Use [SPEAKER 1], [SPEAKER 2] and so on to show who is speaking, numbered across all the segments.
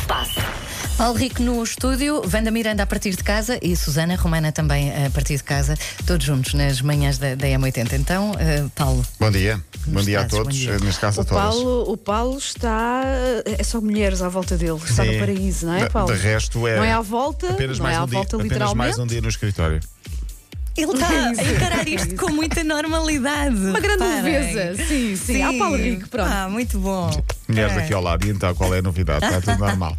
[SPEAKER 1] se passa.
[SPEAKER 2] Paulo Rico no estúdio, Wanda Miranda a partir de casa e Susana Romana também a partir de casa, todos juntos nas manhãs da, da M80. Então, eh, Paulo,
[SPEAKER 3] Bom dia. Bom dia a
[SPEAKER 2] estás? Bom
[SPEAKER 3] todos,
[SPEAKER 2] dia.
[SPEAKER 3] eh, neste caso
[SPEAKER 4] O
[SPEAKER 3] a todas.
[SPEAKER 4] Paulo, o Paulo está. É só mulheres à volta dele. Está
[SPEAKER 3] Sim.
[SPEAKER 4] no paraíso, não é,
[SPEAKER 3] De-
[SPEAKER 4] Paulo?
[SPEAKER 3] de resto é
[SPEAKER 4] Não é à volta,
[SPEAKER 3] apenas
[SPEAKER 4] não
[SPEAKER 3] mais
[SPEAKER 4] é à
[SPEAKER 3] um dia,
[SPEAKER 4] volta,
[SPEAKER 3] apenas
[SPEAKER 4] literalmente.
[SPEAKER 3] mais um dia no escritório.
[SPEAKER 2] ele está a encarar isto com muita normalidade.
[SPEAKER 4] Uma grande
[SPEAKER 2] Reparem.
[SPEAKER 4] leveza. Sim, sim. Há Paulo Rico, pronto.
[SPEAKER 2] Ah, muito bom.
[SPEAKER 3] Mulheres
[SPEAKER 2] É.
[SPEAKER 3] aqui ao lado, e então qual é a novidade? Está tudo normal.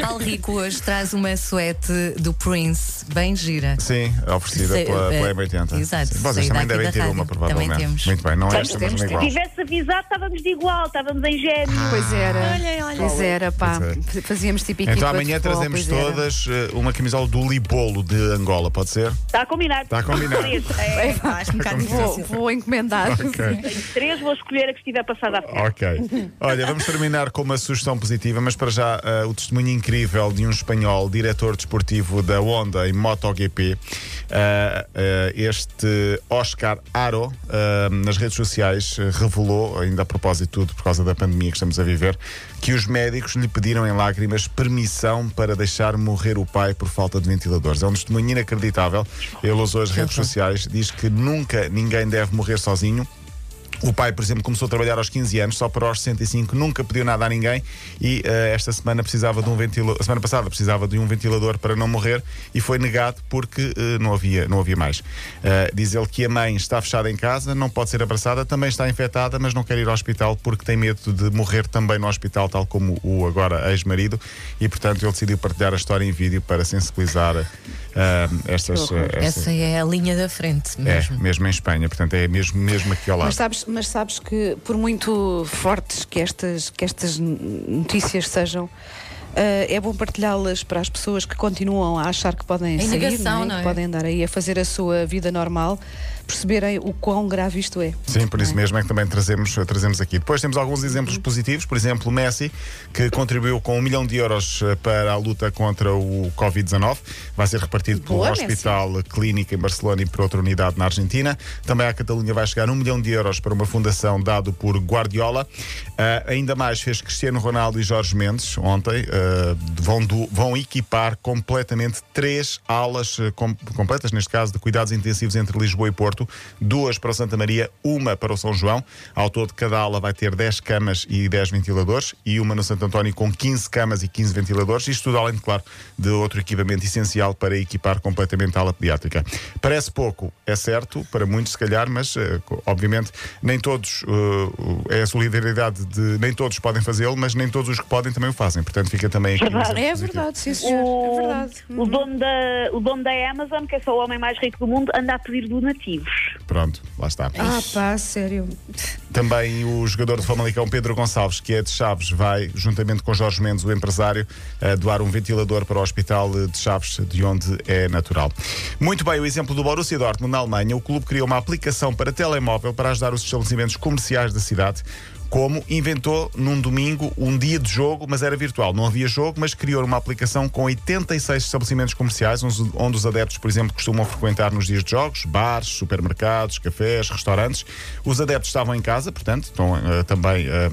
[SPEAKER 2] Paulo Rico hoje traz uma suéte do Prince, bem gira.
[SPEAKER 3] Sim, é oferecida
[SPEAKER 2] Sei,
[SPEAKER 3] pela,
[SPEAKER 4] é,
[SPEAKER 3] pela
[SPEAKER 2] eh,
[SPEAKER 3] M80.
[SPEAKER 2] exato,
[SPEAKER 3] Sim,
[SPEAKER 2] saída
[SPEAKER 3] Vocês também
[SPEAKER 2] aqui da
[SPEAKER 3] devem ter
[SPEAKER 2] rádio.
[SPEAKER 3] uma,
[SPEAKER 2] Também
[SPEAKER 3] provavelmente.
[SPEAKER 2] temos.
[SPEAKER 3] Muito bem, não esta, mas
[SPEAKER 2] temos,
[SPEAKER 3] uma
[SPEAKER 2] temos.
[SPEAKER 3] igual.
[SPEAKER 1] Se tivesse avisado, estávamos de igual, estávamos em gêmeos.
[SPEAKER 4] Pois era.
[SPEAKER 2] Olha, olha.
[SPEAKER 4] Pois era, pá.
[SPEAKER 3] Pois
[SPEAKER 4] Fazíamos tipo equipa
[SPEAKER 3] Então
[SPEAKER 4] de
[SPEAKER 3] amanhã
[SPEAKER 4] futebol,
[SPEAKER 3] trazemos
[SPEAKER 4] pois é. era.
[SPEAKER 3] todas eh, uma camisola do Libolo de Angola, pode ser?
[SPEAKER 1] Está combinado.
[SPEAKER 3] Está combinado.
[SPEAKER 1] Três.
[SPEAKER 2] É, pá, acho um bocado
[SPEAKER 4] Vou,
[SPEAKER 2] difícil.
[SPEAKER 4] vou encomendar.
[SPEAKER 3] Ok.
[SPEAKER 1] Três, vou escolher a que estiver
[SPEAKER 4] É
[SPEAKER 1] passada à frente.
[SPEAKER 3] Ok. Olha, vamos terminar com uma sugestão positiva, mas para já eh, o testemunho incrível de um espanhol, diretor desportivo da Honda em MotoGP. Eh, eh, este Oscar Aro, eh, nas redes sociais, eh, revelou, ainda a propósito de tudo, por causa da pandemia que estamos a viver, que os médicos lhe pediram em lágrimas permissão para deixar morrer o pai por falta de ventiladores. É um testemunho inacreditável. Ele usou as redes sociais, diz que nunca ninguém deve morrer sozinho. O pai, por exemplo, começou a trabalhar aos 15 anos, só para aos 65, nunca pediu nada a ninguém e eh, esta semana precisava de um ventilador, a semana passada precisava de um ventilador para não morrer e foi negado porque eh, não, havia, não havia mais. Eh, diz ele que a mãe está fechada em casa, não pode ser abraçada, também está infectada, mas não quer ir ao hospital porque tem medo de morrer também no hospital, tal como o agora ex-marido, e portanto ele decidiu partilhar a história em vídeo para sensibilizar eh, estas.
[SPEAKER 2] Essa é a linha da frente
[SPEAKER 3] é,
[SPEAKER 2] assim mesmo.
[SPEAKER 3] mesmo em Espanha, portanto é mesmo, mesmo aqui ao lado.
[SPEAKER 4] Mas sabes, mas sabes que, por muito fortes que estas, que estas n- notícias sejam, eh, é bom partilhá-las para as pessoas que continuam a achar que podem
[SPEAKER 2] Em
[SPEAKER 4] sair,
[SPEAKER 2] negação,
[SPEAKER 4] não é?
[SPEAKER 2] não é?
[SPEAKER 4] que podem andar aí a fazer a sua vida normal, perceberem o quão grave isto é.
[SPEAKER 3] Sim, por isso
[SPEAKER 4] Não é?
[SPEAKER 3] mesmo é que também trazemos, trazemos aqui. Depois temos alguns exemplos positivos, por exemplo, Messi, que contribuiu com um milhão de euros eh, para a luta contra o Covid-19. Vai ser repartido pelo
[SPEAKER 4] Boa,
[SPEAKER 3] um Hospital Clínica em Barcelona e por outra unidade na Argentina. Também à Catalunha vai chegar um milhão de euros para uma fundação dado por Guardiola. Ah, ainda mais fez Cristiano Ronaldo e Jorge Mendes ontem. ah, vão, do- vão equipar completamente três alas eh, com- completas, neste caso, de cuidados intensivos entre Lisboa e Porto, duas para o Santa Maria, uma para o São João. Ao todo, cada ala vai ter 10 camas e 10 ventiladores, e uma no Santo António com 15 camas e 15 ventiladores. Isto tudo, além, de, claro, de outro equipamento essencial para equipar completamente a ala pediátrica. Parece pouco, é certo, para muitos, se calhar, mas eh, co- obviamente nem todos, eh, é a solidariedade de nem todos podem fazê-lo, mas nem todos os que podem também o fazem. Portanto, fica também aqui. um
[SPEAKER 1] Verdade.
[SPEAKER 3] exemplo
[SPEAKER 4] É
[SPEAKER 3] positivo.
[SPEAKER 4] verdade, sim, senhor.
[SPEAKER 1] O,
[SPEAKER 4] É verdade.
[SPEAKER 1] o dono da, o dono da Amazon, que é só o homem mais rico do mundo, anda a pedir donativos.
[SPEAKER 3] Pronto, lá está.
[SPEAKER 4] Ah, pá, sério.
[SPEAKER 3] Também o jogador de Famalicão Pedro Gonçalves, que é de Chaves, vai, juntamente com Jorge Mendes, o empresário, a doar um ventilador para o Hospital eh, de Chaves, de onde é natural. Muito bem, o exemplo do Borussia Dortmund na Alemanha. O clube criou uma aplicação para telemóvel para ajudar os estabelecimentos comerciais da cidade. Como inventou num domingo um dia de jogo, mas era virtual. Não havia jogo, mas criou uma aplicação com 86 estabelecimentos comerciais, onde- onde os adeptos, por exemplo, costumam frequentar nos dias de jogos, bares, supermercados, cafés, restaurantes. Os adeptos estavam em casa, portanto, estão eh, também eh,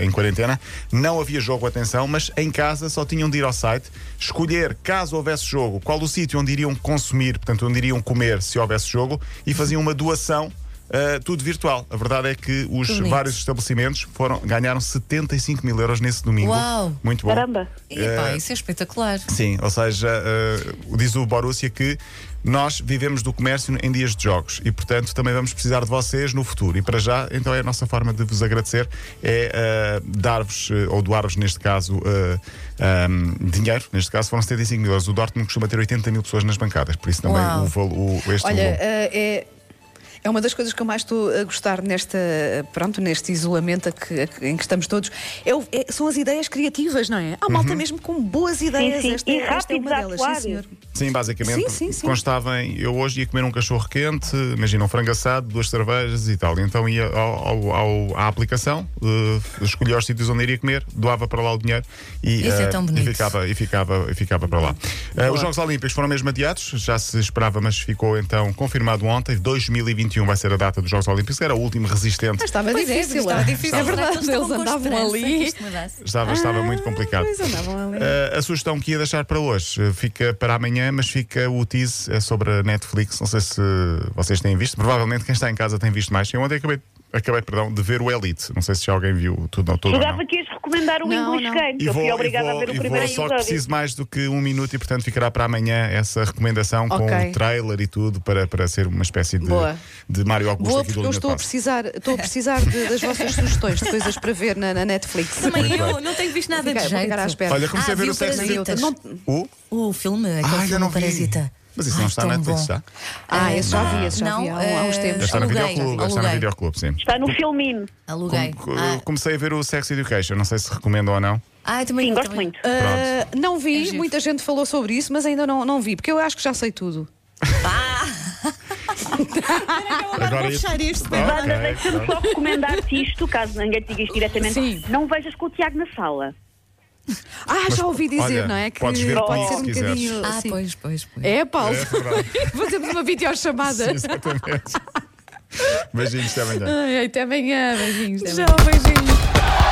[SPEAKER 3] eh, em quarentena. Não havia jogo, atenção, mas em casa só tinham de ir ao site, escolher, caso houvesse jogo, qual o sítio onde iriam consumir, portanto, onde iriam comer se houvesse jogo, e faziam uma doação. eh, tudo virtual. A verdade é que os
[SPEAKER 2] Bonito.
[SPEAKER 3] vários estabelecimentos foram, ganharam 75 mil euros nesse domingo.
[SPEAKER 2] Uau.
[SPEAKER 3] Muito bom.
[SPEAKER 1] Caramba.
[SPEAKER 2] Epá, isso é espetacular.
[SPEAKER 3] Sim, ou seja, eh, diz o Borussia que nós vivemos do comércio em dias de jogos e, portanto, também vamos precisar de vocês no futuro. E para já, então é a nossa forma de vos agradecer, é eh, dar-vos, eh, ou doar-vos, neste caso, eh, ahm, dinheiro. Neste caso, foram 75 mil euros. O Dortmund costuma ter 80 mil pessoas nas bancadas, por isso também
[SPEAKER 2] Uau.
[SPEAKER 3] o, valo- o, este
[SPEAKER 4] Olha,
[SPEAKER 3] valor.
[SPEAKER 4] eh, é. É uma das coisas que eu mais estou a gostar nesta, pronto, neste isolamento a que- a que- em que estamos todos. É o- é- são as ideias criativas, não é? Há
[SPEAKER 3] Uhum.
[SPEAKER 4] malta mesmo com boas ideias.
[SPEAKER 1] sim.
[SPEAKER 4] Esta,
[SPEAKER 1] E
[SPEAKER 4] é- esta é
[SPEAKER 1] rápidos
[SPEAKER 4] uma
[SPEAKER 1] a
[SPEAKER 4] delas,
[SPEAKER 1] atuar.
[SPEAKER 4] sim, senhor.
[SPEAKER 3] Sim, basicamente.
[SPEAKER 4] Sim, sim, sim.
[SPEAKER 3] Constava em. Eu hoje ia comer um cachorro quente, imagina um frango assado, duas cervejas e tal. Então ia ao- ao- ao- à aplicação, eh, escolhia os sítios onde iria comer, doava para lá o dinheiro e,
[SPEAKER 2] Isso é
[SPEAKER 3] eh,
[SPEAKER 2] tão
[SPEAKER 3] e
[SPEAKER 2] bonito.
[SPEAKER 3] ficava, e ficava, e ficava para lá. Eh, os Jogos Olímpicos foram mesmo adiados, já se esperava, mas ficou então confirmado ontem. 2021 21 vai ser a data dos Jogos Olímpicos, era o último resistente.
[SPEAKER 4] Mas estava
[SPEAKER 2] Pois é,
[SPEAKER 4] difícil.
[SPEAKER 2] estava
[SPEAKER 4] ah.
[SPEAKER 2] difícil. Será
[SPEAKER 4] É
[SPEAKER 2] que
[SPEAKER 4] verdade,
[SPEAKER 2] eles
[SPEAKER 4] eles,
[SPEAKER 2] estavam com
[SPEAKER 4] andavam
[SPEAKER 2] esperança que
[SPEAKER 4] ali.
[SPEAKER 2] isto mudasse?
[SPEAKER 3] Estava, estava muito complicado.
[SPEAKER 4] Pois andavam ali.
[SPEAKER 3] Eh, a sugestão que ia deixar para hoje eh, fica para amanhã, mas fica o tease é sobre a Netflix. Não sei se vocês têm visto, provavelmente quem está em casa tem visto mais. Eu ontem acabei, acabei perdão, de ver o Elite. Não sei se já alguém viu tudo, tudo ou não.
[SPEAKER 1] Jogava que ias recomendar o
[SPEAKER 4] Não,
[SPEAKER 1] English
[SPEAKER 4] não.
[SPEAKER 1] Game, que eu fui obrigada
[SPEAKER 3] e vou-
[SPEAKER 1] a ver
[SPEAKER 3] e
[SPEAKER 1] o primeiro
[SPEAKER 3] vou, Só que
[SPEAKER 1] episódio.
[SPEAKER 3] preciso mais do que um minuto e, portanto, ficará para amanhã essa recomendação com
[SPEAKER 4] Ok.
[SPEAKER 3] o trailer e tudo para, para ser uma espécie de,
[SPEAKER 4] Boa.
[SPEAKER 3] de Mário Augusto
[SPEAKER 4] Boa,
[SPEAKER 3] aqui
[SPEAKER 4] porque
[SPEAKER 3] do
[SPEAKER 4] eu
[SPEAKER 3] Linha
[SPEAKER 4] estou a
[SPEAKER 3] Passo.
[SPEAKER 4] precisar, estou a precisar de- das vossas sugestões de coisas para ver na, na Netflix.
[SPEAKER 3] Muito
[SPEAKER 5] Também eu
[SPEAKER 3] bem.
[SPEAKER 5] não tenho visto nada
[SPEAKER 4] Fiquei-
[SPEAKER 5] de
[SPEAKER 4] vou
[SPEAKER 5] jeito.
[SPEAKER 4] ficar à espera.
[SPEAKER 3] Olha, comecei
[SPEAKER 2] Ah,
[SPEAKER 3] a ver
[SPEAKER 2] viu
[SPEAKER 3] o sexo
[SPEAKER 2] Parasitas?
[SPEAKER 3] O?
[SPEAKER 5] O filme, aquele
[SPEAKER 3] Ah,
[SPEAKER 5] filme
[SPEAKER 3] ainda não vi.
[SPEAKER 5] Parasita.
[SPEAKER 3] Mas isso
[SPEAKER 5] Ai,
[SPEAKER 3] não está na
[SPEAKER 5] tão
[SPEAKER 3] Netflix,
[SPEAKER 5] bom.
[SPEAKER 3] está?
[SPEAKER 4] Ah, esse já vi, esse já
[SPEAKER 2] Não,
[SPEAKER 4] vi há, um- há uns
[SPEAKER 2] eh,
[SPEAKER 3] Já
[SPEAKER 4] tempos.
[SPEAKER 3] está no
[SPEAKER 2] Aluguei,
[SPEAKER 3] videoclube, já está no
[SPEAKER 2] aluguei.
[SPEAKER 3] videoclube, sim.
[SPEAKER 1] Está no filminho.
[SPEAKER 2] Aluguei.
[SPEAKER 3] Com-
[SPEAKER 2] Ah,
[SPEAKER 3] Comecei a ver o Sex Education, não sei se recomendo ou não.
[SPEAKER 2] ai, também
[SPEAKER 1] Sim, gosto
[SPEAKER 2] também-
[SPEAKER 1] muito.
[SPEAKER 4] Ah, não
[SPEAKER 5] É
[SPEAKER 4] vi,
[SPEAKER 5] giro.
[SPEAKER 4] muita gente falou sobre isso, mas ainda não, não vi, porque eu acho que já sei tudo.
[SPEAKER 3] Agora
[SPEAKER 5] vou fechar isto,
[SPEAKER 3] Ok,
[SPEAKER 1] Wanda, deixa-me
[SPEAKER 3] pronto.
[SPEAKER 1] só recomendar-te isto, caso ninguém te diga isto diretamente.
[SPEAKER 4] Sim.
[SPEAKER 1] Não vejas com o Tiago na sala.
[SPEAKER 4] Ah, já ouvi dizer,
[SPEAKER 3] olha,
[SPEAKER 4] não é? Que
[SPEAKER 3] podes ver
[SPEAKER 4] pode
[SPEAKER 1] comigo
[SPEAKER 4] ser um
[SPEAKER 1] se
[SPEAKER 3] quiseres.
[SPEAKER 4] bocadinho.
[SPEAKER 2] Ah,
[SPEAKER 4] sim.
[SPEAKER 2] pois, pois, pois.
[SPEAKER 4] É, Paulo.
[SPEAKER 3] É verdade,
[SPEAKER 4] Fazemos uma videochamada.
[SPEAKER 3] exatamente. Beijinhos, até amanhã.
[SPEAKER 4] Ai, até amanhã, é. beijinhos. até amanhã.
[SPEAKER 5] Tchau, beijinhos.